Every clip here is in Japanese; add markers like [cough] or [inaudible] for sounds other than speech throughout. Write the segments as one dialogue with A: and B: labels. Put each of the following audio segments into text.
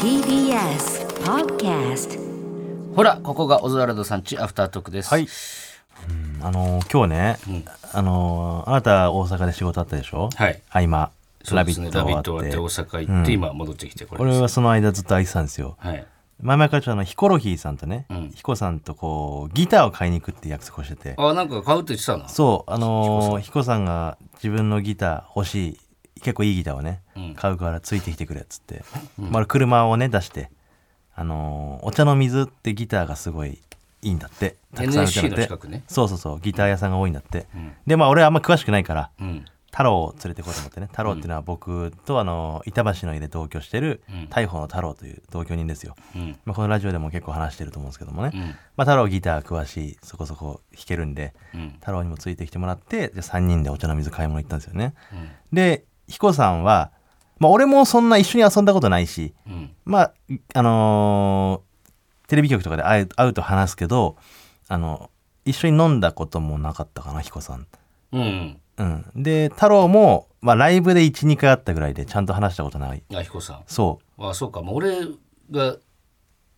A: TBS Podcast
B: ほらここがオズワルドさんちアフタートークです、
C: はいあのー今日ね、あのーあなた大阪で仕事あったでしょ
B: はい
C: 合間、
B: そう
C: ラ
B: で
C: ビ
B: す
C: ッ
B: ね
C: ト
B: ラビ
C: 終わ
B: ッ
C: って
B: ト終わって大阪行って、今戻ってきてこれで
C: 俺
B: す
C: はその間ずっと空いてたんですよ
B: はい
C: 前々からちょっとあのヒコロヒーさんとね、
B: うん
C: ヒコさんとこうギターを買いに行くって約束をしてて
B: あなんか買うって言ってたな
C: そうあのーヒコさんが自分のギター欲しい結構いいギターをね、
B: うん
C: 買うからついてきてくれっつって、まあ、車をね出してあのーお茶の水ってギターがすごいいいんだってたくさん売ってあ
B: NSC
C: っ
B: の
C: て
B: 近くね
C: そうそうそうギター屋さんが多いんだって、でまあ俺はあんま詳しくないから
B: うん
C: 太郎を連れてこうと思ってね太郎っていうのは僕とあの板橋の家で同居してる大鵬の太郎という同居人ですよ、
B: うん
C: まあ、このラジオでも結構話してると思うんですけどもね、
B: うん
C: まあ、太郎ギター詳しいそこそこ弾けるんで
B: うん
C: 太郎にもついてきてもらってじゃ3人でお茶の水買い物行ったんですよね、
B: うん
C: で彦さんは、まあ、俺もそんな一緒に遊んだことないし
B: うん
C: まああのーテレビ局とかで会う会うと話すけどあの一緒に飲んだこともなかったかな彦さん
B: うん
C: うん、で太郎も、まあ、ライブで12回あったぐらいでちゃんと話したことない
B: あ彦さん
C: そ
B: あそうかもう俺が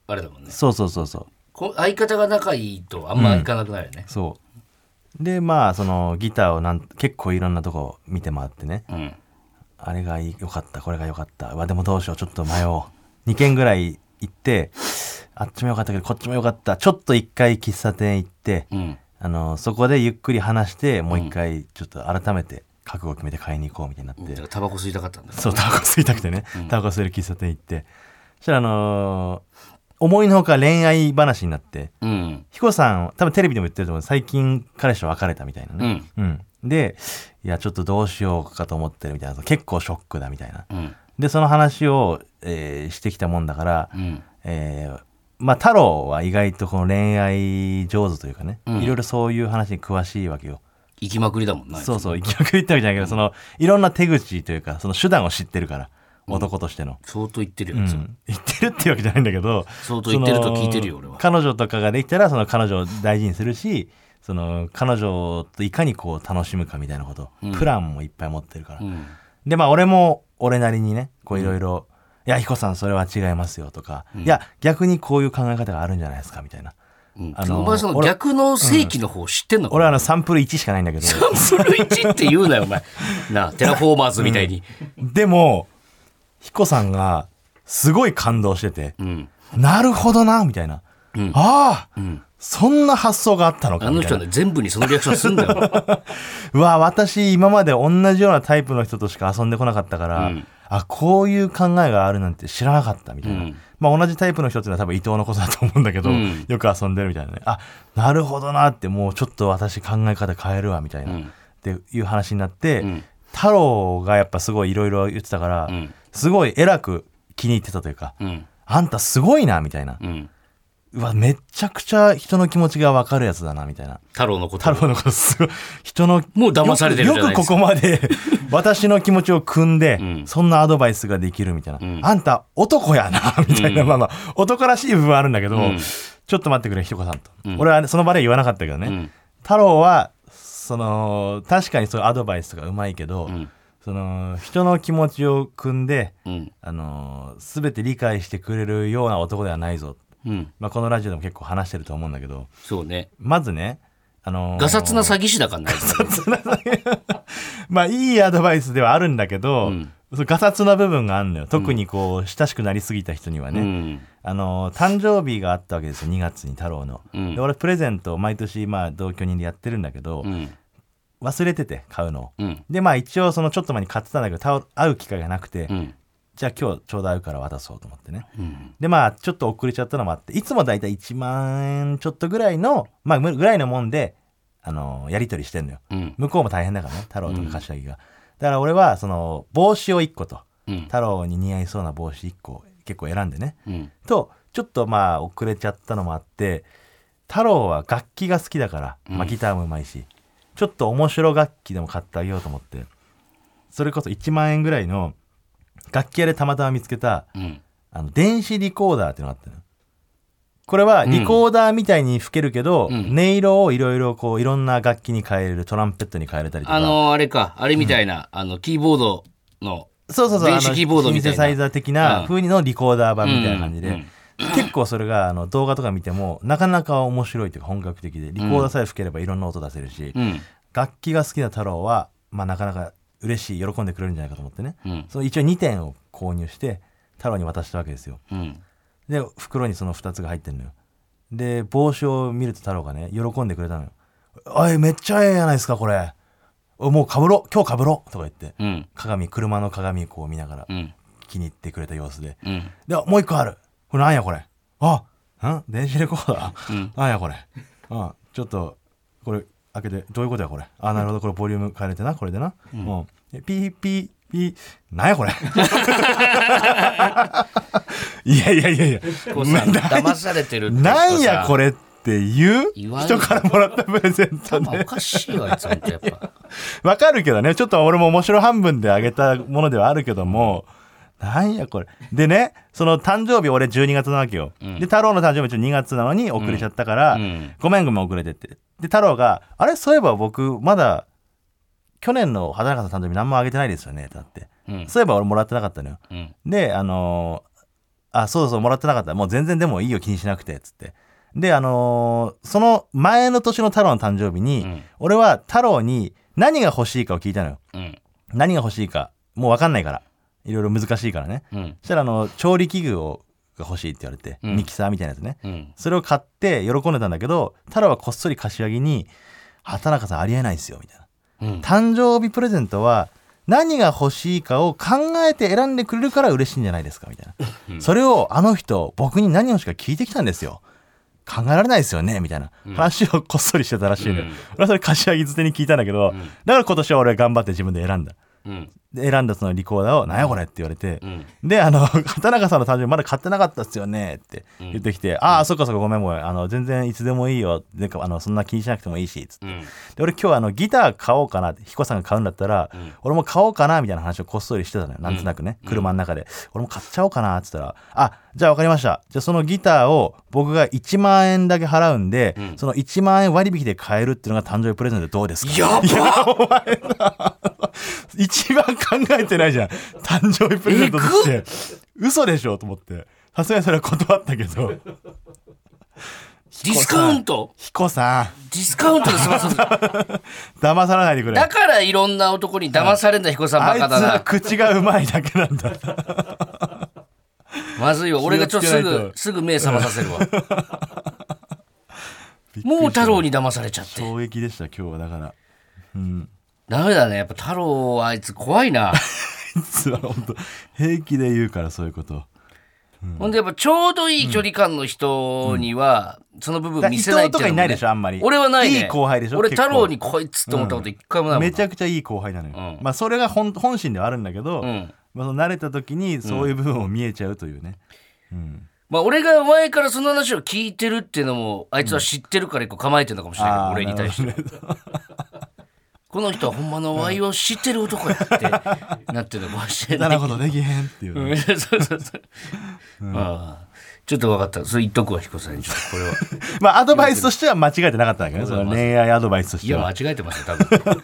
B: あれだもんね
C: うそうそうそうそう
B: こ相方が仲いいとあんま行かなくなるよね
C: そうでまあそのギターをなん結構いろんなとこ見て回ってね
B: うん
C: あれがいい良かったこれが良かったうわでもどうしようちょっと迷おう2軒ぐらい行ってあっちも良かったけどこっちも良かったちょっと1回喫茶店行って
B: うん
C: あのそこでゆっくり話してもう1回ちょっと改めて覚悟を決めて買いに行こうみたいになって、
B: だからタバコ吸いたかったんだ
C: そう、タバコ吸いたくてね、タバコ吸える喫茶店行って。そしたら、あのー思いのほか恋愛話になって、
B: うん
C: ヒコさん、多分テレビでも言ってると思う最近彼氏と別れたみたいな
B: う
C: ね。
B: ん
C: うん。で、いや、ちょっとどうしようかと思ってるみたいな、結構ショックだみたいな。
B: うん
C: で、その話を、えーしてきたもんだから、
B: うん
C: えーまあ、太郎は意外とこの恋愛上手というかね、
B: うん
C: いろいろそういう話に詳しいわけよ。
B: 行きまくりだもんな
C: そうそう、一曲言ったわけじゃないけど、その、いろんな手口というか、その手段を知ってるから、男としての。
B: 相当行ってる
C: う
B: よ、
C: ん
B: つは
C: 言ってるっていうわけじゃないんだけど
B: 相当言ってると聞いてるよ
C: そ
B: 俺
C: の
B: は
C: 彼女とかができたらその彼女を大事にするしその彼女といかにこう楽しむかみたいなこと、
B: うん
C: プランもいっぱい持ってるから、
B: うん
C: でまあ俺も俺なりにねこういろいろ「いや彦さんそれは違いますよ」とか、いや逆にこういう考え方があるんじゃないですか」みたいな
B: うん
C: あの
B: お前その
C: 俺
B: 逆の正規の方知ってんのか、
C: 俺はあのサンプル1しかないんだけど
B: サンプル1って言うなよお
C: [laughs]
B: 前なあテラフォーマーズみたいに
C: でも彦さんがすごい感動してて
B: うん、
C: 「なるほどな」みたいな「ああ、
B: ん
C: そんな発想があったのか」
B: あ
C: み
B: の
C: たいな
B: 人はね全部にそのリアクションすんだよ
C: うわ私今まで同じようなタイプの人としか遊んでこなかったから、
B: うん
C: あこういう考えがあるなんて知らなかったみたい
B: う
C: な、
B: ん
C: まあ、同じタイプの人っていうのは多分伊藤のことだと思うんだけど、
B: うん
C: よく遊んでるみたいなねあなるほどなってもうちょっと私考え方変えるわみたいな、
B: うん
C: っていう話になって、
B: ん
C: 太郎がやっぱすごいいろいろ言ってたから、
B: ん
C: すごい偉く気に入ってたというか、
B: うん
C: あんたすごいなみたいな、
B: うん
C: うわめちゃくちゃ人の気持ちが分かるやつだなみたいな
B: 太郎のこと
C: 太郎のことすごい人の
B: もう騙されてるじゃない
C: よく
B: で
C: よ
B: すか
C: くここ
B: [laughs]
C: まで私の気持ちを汲んで、
B: ん
C: そんなアドバイスができるみたいな、
B: ん
C: あんた男やな [laughs] みたいな、まあまあ男らしい部分はあるんだけど、
B: ん
C: ちょっと待ってくれひとこさんと、俺はその場では言わなかったけどね、
B: ん
C: 太郎はその確かにそういうアドバイスとかうまいけど、
B: ん
C: その人の気持ちを汲んで、
B: うん
C: あの全て理解してくれるような男ではないぞ、
B: うん
C: まあ、このラジオでも結構話してると思うんだけど
B: そうね
C: まずねあの
B: ガサツな詐欺師だからな
C: [laughs] まあいいアドバイスではあるんだけど、
B: ん
C: そうガサツな部分があるのよ特にこう親しくなりすぎた人にはね、
B: うん
C: あの誕生日があったわけですよ2月に太郎の、
B: うん
C: で俺プレゼントを毎年まあ同居人でやってるんだけど、
B: うん
C: 忘れてて買うのを、
B: うん
C: でまあ一応そのちょっと前に買ってたんだけどた会う機会がなくて、
B: うん
C: じゃあ今日ちょうど会うから渡そうと思ってね
B: うん
C: でまあちょっと遅れちゃったのもあっていつもだいたい1万円ちょっとぐらいのまあぐらいのもんであのやり取りしてんのよ
B: うん
C: 向こうも大変だからね太郎とか柏木が、だから俺はその帽子を1個と
B: うん
C: 太郎に似合いそうな帽子1個を結構選んでね
B: うん
C: とちょっとまあ遅れちゃったのもあって太郎は楽器が好きだから、まあ、ギターもうまいし、ちょっと面白楽器でも買ってあげようと思ってそれこそ1万円ぐらいの楽器屋でたまたま見つけた
B: うん
C: あの電子リコーダーっていうのがあったのよこれはリコーダーみたいに吹けるけど、
B: ん
C: 音色をいろいろこういろんな楽器に変えれるトランペットに変えれたりとか
B: あのーあれかあれみたいなあのキーボードの
C: そうそうそう
B: 電子
C: あの
B: キーボードみたいな
C: シンセサイザー的な風にのリコーダー版みたいな感じで、
B: うん
C: 結構それがあの動画とか見てもなかなか面白いというか本格的でリコーダーさえ吹ければいろんな音出せるし、
B: うん
C: 楽器が好きな太郎は、まあ、なかなか嬉しい喜んでくれるんじゃないかと思ってね、
B: うん
C: その一応2点を購入して太郎に渡したわけですよ
B: うん
C: で袋にその2つが入ってるのよで帽子を見ると太郎がね喜んでくれたのよ「おいめっちゃええやないですかこれおもうかぶろう今日かぶろう」とか言って
B: うん
C: 鏡車の鏡こう見ながら
B: うん
C: 気に入ってくれた様子で
B: うん
C: で、もう一個ある。これなんやこれ。あ、ん電子レコーダー。なんやこれ。うん。ちょっと、これ、開けて、どういうことやこれ。あ、なるほど。これボリューム変えれてな、これでな。うん。でピーピーピー。なんやこれ。 [laughs] いやいやい [laughs] やいや。
B: こうさ騙されてるって
C: なんやこ
B: れ
C: れっていう
B: 言わん
C: 人からもらったプレゼント
B: お
C: で。
B: かしいわあいつ本当やっぱ
C: わかるけどね、ちょっと俺も面白半分であげたものではあるけども、なんやこれ。でね、その誕生日俺12月なわけよ。で、太郎の誕生日ちょっと2月なのに遅れちゃったから、
B: うんうん
C: ごめんごめん遅れてって。で、太郎が、あれそういえば僕まだ、去年の畑中さんの誕生日何もあげてないですよね、だって。
B: うん
C: そういえば俺もらってなかったのよ。
B: うん
C: で、あのーあ、そうそう、もらってなかった。もう全然でもいいよ、気にしなくて、つって。で、あのーその前の年の太郎の誕生日に、
B: うん
C: 俺は太郎に何が欲しいかを聞いたのよ。
B: うん
C: 何が欲しいか、もうわかんないから。いろいろ難しいからね。
B: うん
C: そしたら、あの、調理器具を、が欲しいって言われて、
B: うん
C: ミキサーみたいなやつね。
B: うん
C: それを買って喜んでたんだけど、太郎はこっそり柏木に、畑中さんありえないですよ、みたいな。
B: うん
C: 誕生日プレゼントは何が欲しいかを考えて選んでくれるから嬉しいんじゃないですかみたいな、それをあの人僕に何をしか聞いてきたんですよ考えられないですよねみたいな話をこっそりしてたらしいのよ、
B: うん
C: 俺はそれ柏木捨てに聞いたんだけど、だから今年は俺は頑張って自分で選んだ
B: うん
C: で選んだそのリコーダーを「何やこれ」って言われて、
B: うん
C: であの [laughs] 畑中さんの誕生日まだ買ってなかったっすよねって言ってきて「ああそっかそっかごめんごめんあの全然いつでもいいよなんかあのそんな気にしなくてもいいし」つって
B: うん
C: で俺今日あのギター買おうかなって彦さんが買うんだったら、
B: ん
C: 俺も買おうかなみたいな話をこっそりしてたのよなんとなくね、車の中で俺も買っちゃおうかなって言ったら「あじゃあ分かりましたじゃあそのギターを僕が1万円だけ払うんで、
B: ん
C: その1万円割引で買えるっていうのが誕生日プレゼントでどうですか?」
B: やば
C: [laughs] いお前な一番考えてないじゃん誕生日プレゼントとして嘘でしょと思ってさすがにそれは断ったけど
B: ディスカウント
C: 彦さ
B: ディスカウントで済ませた
C: ん騙されないでくれ
B: だからいろんな男に騙されんだ彦さん
C: あ
B: バ
C: いつ
B: カだ
C: は
B: な
C: 口がうまいだけなんだ
B: まずいよ俺がちょっとす
C: 気をつけない
B: ぐ
C: と
B: すぐ目覚まさせるわもう太郎に騙されちゃって
C: 衝撃でした今日はだから
B: ダメだねやっぱ太郎はあいつ怖いな
C: あいつは本当平気で言うからそういうこと
B: ほんでやっぱちょうどいい距離感の人には、その部分見せないっていうのも、ね、
C: 伊藤とかいないでしょあんまり
B: 俺はないね
C: いい後輩でしょ
B: 俺
C: 結構
B: 太郎にこいつって思ったこと一回もないもん
C: めちゃくちゃいい後輩なのよ、
B: うん
C: まあそれが本本心ではあるんだけど、
B: ん
C: まあ、その慣れた時にそういう部分を見えちゃうというね、
B: まあ俺が前からその話を聞いてるっていうのもあいつは知ってるから一個構えてるのかもしれないけど、
C: あー
B: 俺に対して、
C: なるほどね
B: この人はほんまのワイを知ってる男やってなってるのかもしれ
C: な
B: ない
C: るほどできへんっていう
B: う
C: ね、
B: ん [laughs] そうそうそう、ああちょっと分かったそれ言っとくわ彦さんにちょっとこれは
C: まあアドバイスとしては間違えてなかったんだけどねその恋愛アドバイスとし
B: い
C: て
B: や間
C: [laughs] は
B: 違えてますよ多分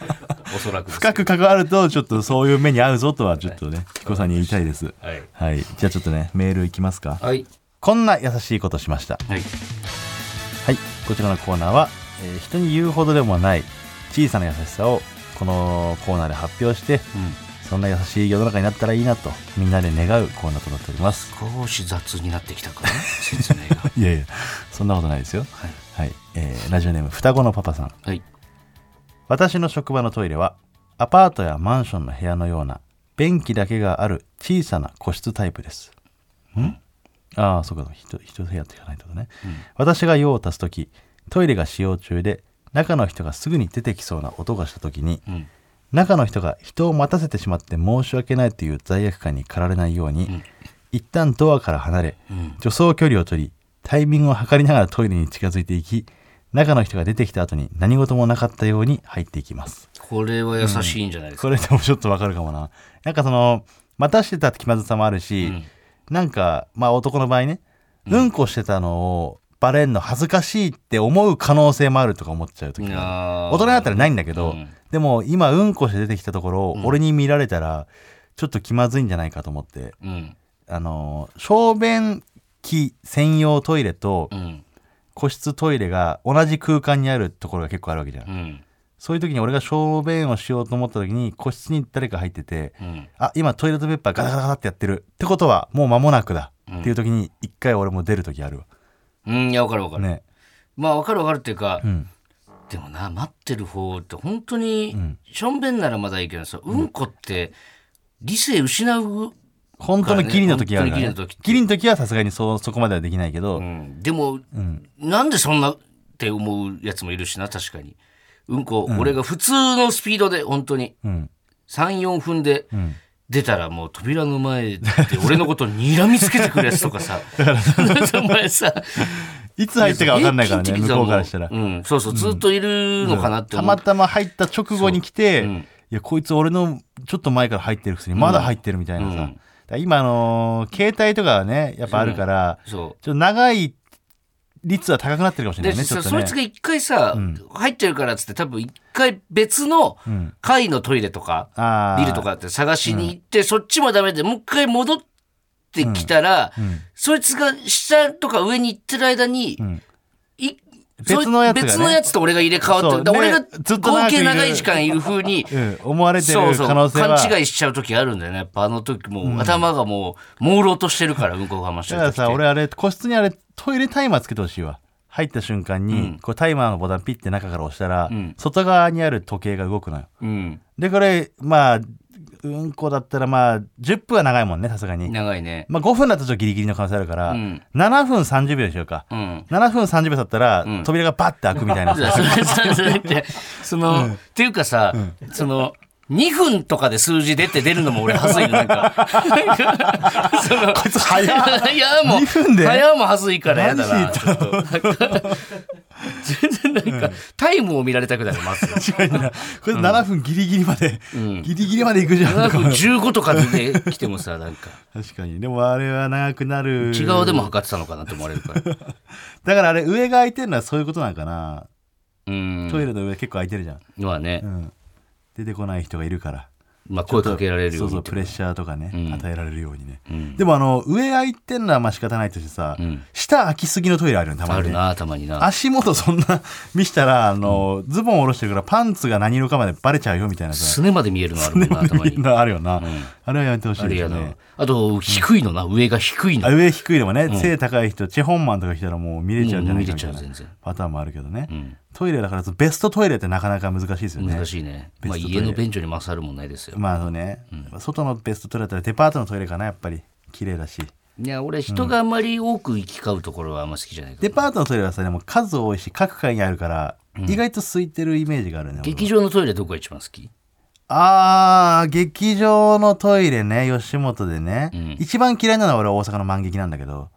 B: おそらくです
C: 深く関わるとちょっとそういう目に遭うぞとはちょっとね彦さんに言いたいです
B: はい
C: はい、じゃあちょっとねメールいきますか
B: はい
C: こんな優しいことしました
B: はい
C: はい、こちらのコーナーは、えー人に言うほどでもない小さな優しさをこのコーナーで発表して、そんな優しい世の中になったらいいなとみんなで願うコーナーとなっております。 [laughs]
B: 少し雑になってきたからね説明が
C: いやいや、そんなことないですよ。
B: はい
C: はい、えーラジオネーム双子のパパさん。
B: はい
C: 私の職場のトイレはアパートやマンションの部屋のような便器だけがある小さな個室タイプです。んああそうか一一部屋って言わないってことね、私が用を足す時トイレが使用中で中の人がすぐに出てきそうな音がした時に、
B: ん
C: 中の人が人を待たせてしまって申し訳ないという罪悪感に駆られないように、一旦ドアから離れ、助走距離を取りタイミングを測りながらトイレに近づいていき中の人が出てきた後に何事もなかったように入っていきます
B: これは優しいんじゃないですか、
C: これでもちょっとわかるかもななんかその待たしてたって気まずさもあるし、なんかまあ男の場合ねうんこしてたのをバレんの恥ずかしいって思う可能性もあるとか思っちゃう時
B: いや
C: がある
B: ー
C: 大人だったらないんだけど、
B: うん
C: でも今うんこして出てきたところを俺に見られたらちょっと気まずいんじゃないかと思って
B: うん
C: あの小便器専用トイレと
B: うん
C: 個室トイレが同じ空間にあるところが結構あるわけじゃん、
B: うん
C: そういう時に俺が小便をしようと思った時に個室に誰か入ってて、
B: うん
C: あ今トイレットペーパーガタガタガタってやってるってことはもう間もなくだ、
B: うん
C: っていう時に一回俺も出る時ある
B: うんいや分かる分か
C: わ
B: る、
C: ね
B: まあ分かる分かるっていうか、
C: うん
B: でもな待ってる方って本当に
C: ん
B: しょんべんならまだいいけどさうんこって理性失う、
C: 本当のギリの時はあるから、
B: 本当にギリの時って
C: ギリの時はさすがにそうそこまではできないけど、
B: うん、でも、
C: ん
B: なんでそんなって思うやつもいるしな確かにうんこ、俺が普通のスピードで本当に
C: うん
B: 34分で
C: うん
B: 出たらもう扉の前で俺のこと睨みつけてくるやつとか
C: [laughs]
B: さお前さ
C: いつ入ったか分かんないからね
B: 平均的
C: 向
B: じゃ
C: こ
B: ん
C: うからしたら、
B: もううん、そうそうずっといるのかなって
C: た
B: 思う、
C: またま入った直後に来て、
B: うん
C: いやこいつ俺のちょっと前から入ってるくせにまだ入ってるみたいなさ、
B: うん
C: だから今あのー携帯とかはねやっぱあるから、
B: そう
C: ちょっと長い率は高くなってるかもしれ
B: で、
C: ないねちょ
B: そ
C: っと
B: そい
C: ね
B: つが一回さ、
C: うん
B: 入ってるからっつって多分一回別の
C: うん
B: 階のトイレとか、
C: あー
B: ビルとかって探しに行って、そっちもダメでもう一回戻ってきたら、
C: うん
B: そいつが下とか上に行ってる間に、
C: ん
B: い
C: 別のやつがね
B: 別のやつと俺が入れ替わって
C: そう
B: るだから俺が
C: でずっと長
B: 合
C: くいる
B: 計長い時間いる風に
C: うん、思われてる
B: そうそう
C: 可能性は
B: 勘違いしちゃう時あるんだよねやっぱあの時もう、頭がもう朦朧としてるからうんこ我慢して
C: だ
B: る時っ
C: から
B: て
C: さ俺あれ個室にあれトイレタイマーつけてほしいわ入った瞬間に、こうタイマーのボタンピッて中から押したら、
B: ん
C: 外側にある時計が動くのよ
B: うん
C: でこれまあうんこだったらまあ10分は長いもんねさすがに、
B: 長いね
C: まあ、5分だとちょっとギリギリの可能性あるから、
B: うん
C: 7分30秒でしょうか、
B: うん
C: 7分30秒だったら、
B: ん
C: 扉がバッて開くみたいな
B: いやそれそれそれってその、っていうかさ、その2分とかで数字出て出るのも俺はずいのなんか [laughs] そのこいつ
C: 早
B: いやもう
C: 2分で
B: 早もはずいからやだな
C: マジ
B: ちょっと [laughs] なんか全然なんか、タイムを見られたくないまず
C: 違うなこれ7分ギリギリまで、
B: ん
C: ギリギリまで行くじゃん
B: 7
C: とか
B: 分15とかで来てもさなんか
C: 確かにでもあれは長くなる
B: 違うでも測ってたのかなって思われるから
C: だからあれ上が空いてるのはそういうことなんかな、
B: うん
C: トイレの上結構空いてるじゃん、
B: まあね、
C: うん出てこない人がいるから
B: まあ声かけられるよ
C: そうう
B: に
C: そう
B: って
C: プレッシャーとかね、
B: うん
C: 与えられるようにね
B: うん
C: でもあの上空いてんのはまあ仕方ないとしてさ、
B: うん
C: 下空きすぎのトイレあるのたま
B: あ
C: に
B: る
C: ね、
B: なたまにな
C: 足元そんな見したらあの、ズボン下ろしてるからパンツが何色かまでバレちゃうよみたいなさ
B: すねまで見えるのあるもんなたまに
C: あるよな、あれはやめてほし
B: あ
C: い
B: れ
C: で
B: や
C: す
B: な
C: ね。
B: あと、低いのな、上が低い
C: あ
B: の。
C: 上低いのもね、背高い人チェホンマンとか来たらもう見れちゃうんじゃないかみたい
B: もう見れちゃう全
C: な
B: 然
C: パターンもあるけどね、
B: ん
C: トイレだからそのベストトイレってなかなか難しいですよね
B: 難しいね。
C: ベ
B: まあ、
C: ストトイレ
B: 家の便所に勝るもんないですよ。
C: まあそうね、外のベストトイレだったらデパートのトイレかなやっぱり綺麗だし
B: いや、俺、人があんまり多く行き交うところはあんま好きじゃないか
C: デ
B: ら。
C: パートのトイレはさでも数多いし各階にあるから、意外と空いてるイメージがあるね俺
B: 劇場のトイレどこが一番好き
C: あー劇場のトイレね吉本でね、一番嫌いなのは俺は大阪の万劇なんだけど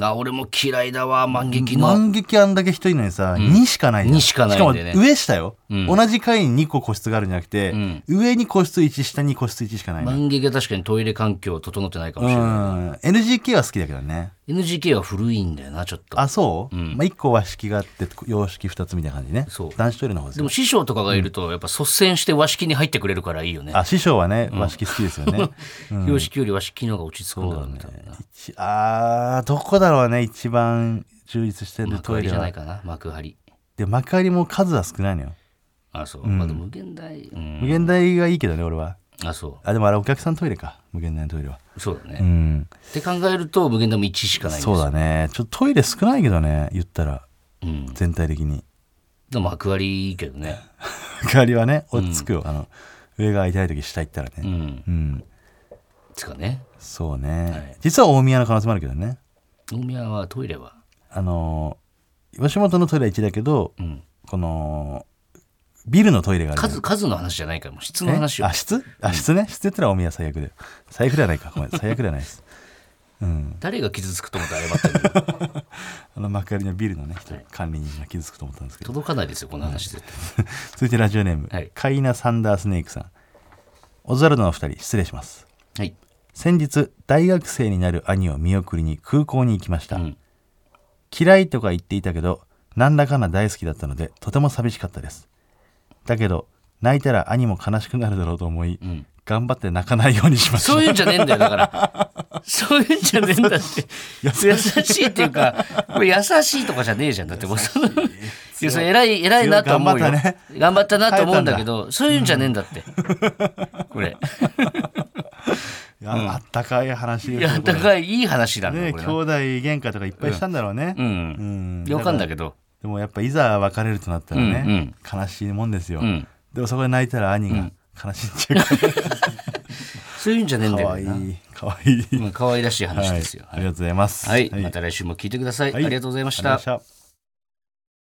B: あ、俺も嫌いだわ、満劇の。
C: 万劇あんだけ人いるのにさ、2しかないじゃん
B: 二しかないんだよね
C: しかも上下
B: う
C: よ、
B: ん
C: 同じ階に2個個室があるんじゃなくて、
B: ん
C: 上に個室1下に個室1しかない、ね
B: 満劇は確かにトイレ環境整ってないかも
C: う
B: しれない。
C: ん NGK は好きだけどね
B: NGK は古いんだよな、ちょっと。
C: あそう、まあ、1個和式があって洋式2つみたいな感じね
B: そう
C: 男子トイレの方です
B: で
C: よ
B: も、師匠とかがいると、やっぱ率先して和式に入ってくれるからいいよね。
C: あ師匠はね和式好きです
B: [laughs]
C: よね、
B: 洋式より和式の方が落ち着くんだろうね、多分な。
C: 一あーどこだろうね一番充実してる
B: 幕
C: トイ
B: 張
C: レ
B: じゃな
C: はい
B: かな、幕張。
C: で幕張も数は少ないのよ
B: あ、そう。まあ、でも無限大。うん
C: 無限大がいいけどね俺は
B: あ、そ
C: あでもあれお客さんトイレか無限大のトイレは
B: う。そうだね。
C: うん
B: って考えると無限大も1しかないんです
C: そうだねちょっとトイレ少ないけどね言ったら
B: うん、
C: 全体的に
B: でも幕張いいけどね、
C: 幕張はね落ち着くよ、あの上が空いてない時下行ったら
B: う
C: ね
B: ん、
C: うん、
B: つかね
C: そうね、
B: はい
C: 実は大宮の可能性もあるけどね
B: 大宮はトイレは
C: あのー吉本のトイレは1だけど、
B: ん
C: このビルのトイレがあるのよ
B: 数数の話じゃないからもう質の話
C: え
B: を
C: あ質あ質ね質って言ったら大宮最悪だよ最悪ではないかごめん最悪ではな
B: [laughs]
C: いです
B: 誰が傷つくと思ったら謝ったけど
C: あの幕張のビルのね人
B: はい
C: 管理人が気づくと思ったんですけど
B: 届かないですよこの話で、
C: 続いてラジオネーム、
B: はい
C: カイナ・サンダースネークさんオズワルドのお二人失礼します
B: はい
C: 先日大学生になる兄を見送りに空港に行きました、
B: ん
C: 嫌いとか言っていたけどなんだかんだ大好きだったのでとても寂しかったですだけど泣いたら兄も悲しくなるだろうと思い、頑張って泣かないようにしました
B: そういうんじゃねえんだよ、だから。そういうんじゃねえんだって。 [laughs] 優しいっていうか、これ優しいとかじゃねえじゃん。だってもうその、いや、それ偉い、偉いなとは思うよ。
C: 強
B: 頑
C: い
B: 張
C: 頑張
B: っ,、
C: ったた
B: なと思うんだけど、そういうんじゃねえんだって。これ。
C: いやあったかい話
B: い
C: ですよ
B: や、
C: これ
B: 高い、いい話なんだ
C: ね
B: よ、
C: 兄
B: これ
C: 弟
B: な。
C: 喧嘩とかいっぱいしたんだろうね、
B: うん。
C: うん
B: いやわかんないけど。
C: でもやっぱいざ別れるとなったらね、
B: うん
C: 悲しいもんですよ、
B: うん
C: でもそこで泣いたら兄が悲しん
B: [laughs]
C: じゃうから、
B: そういうんじゃねえんだ
C: か
B: よ
C: わい
B: な。
C: いかわいい、
B: うん可愛らしい話ですよ。
C: はいありがとうございます
B: はい。また来週も聞いてください。ありがとうございました。
C: ありがとうございました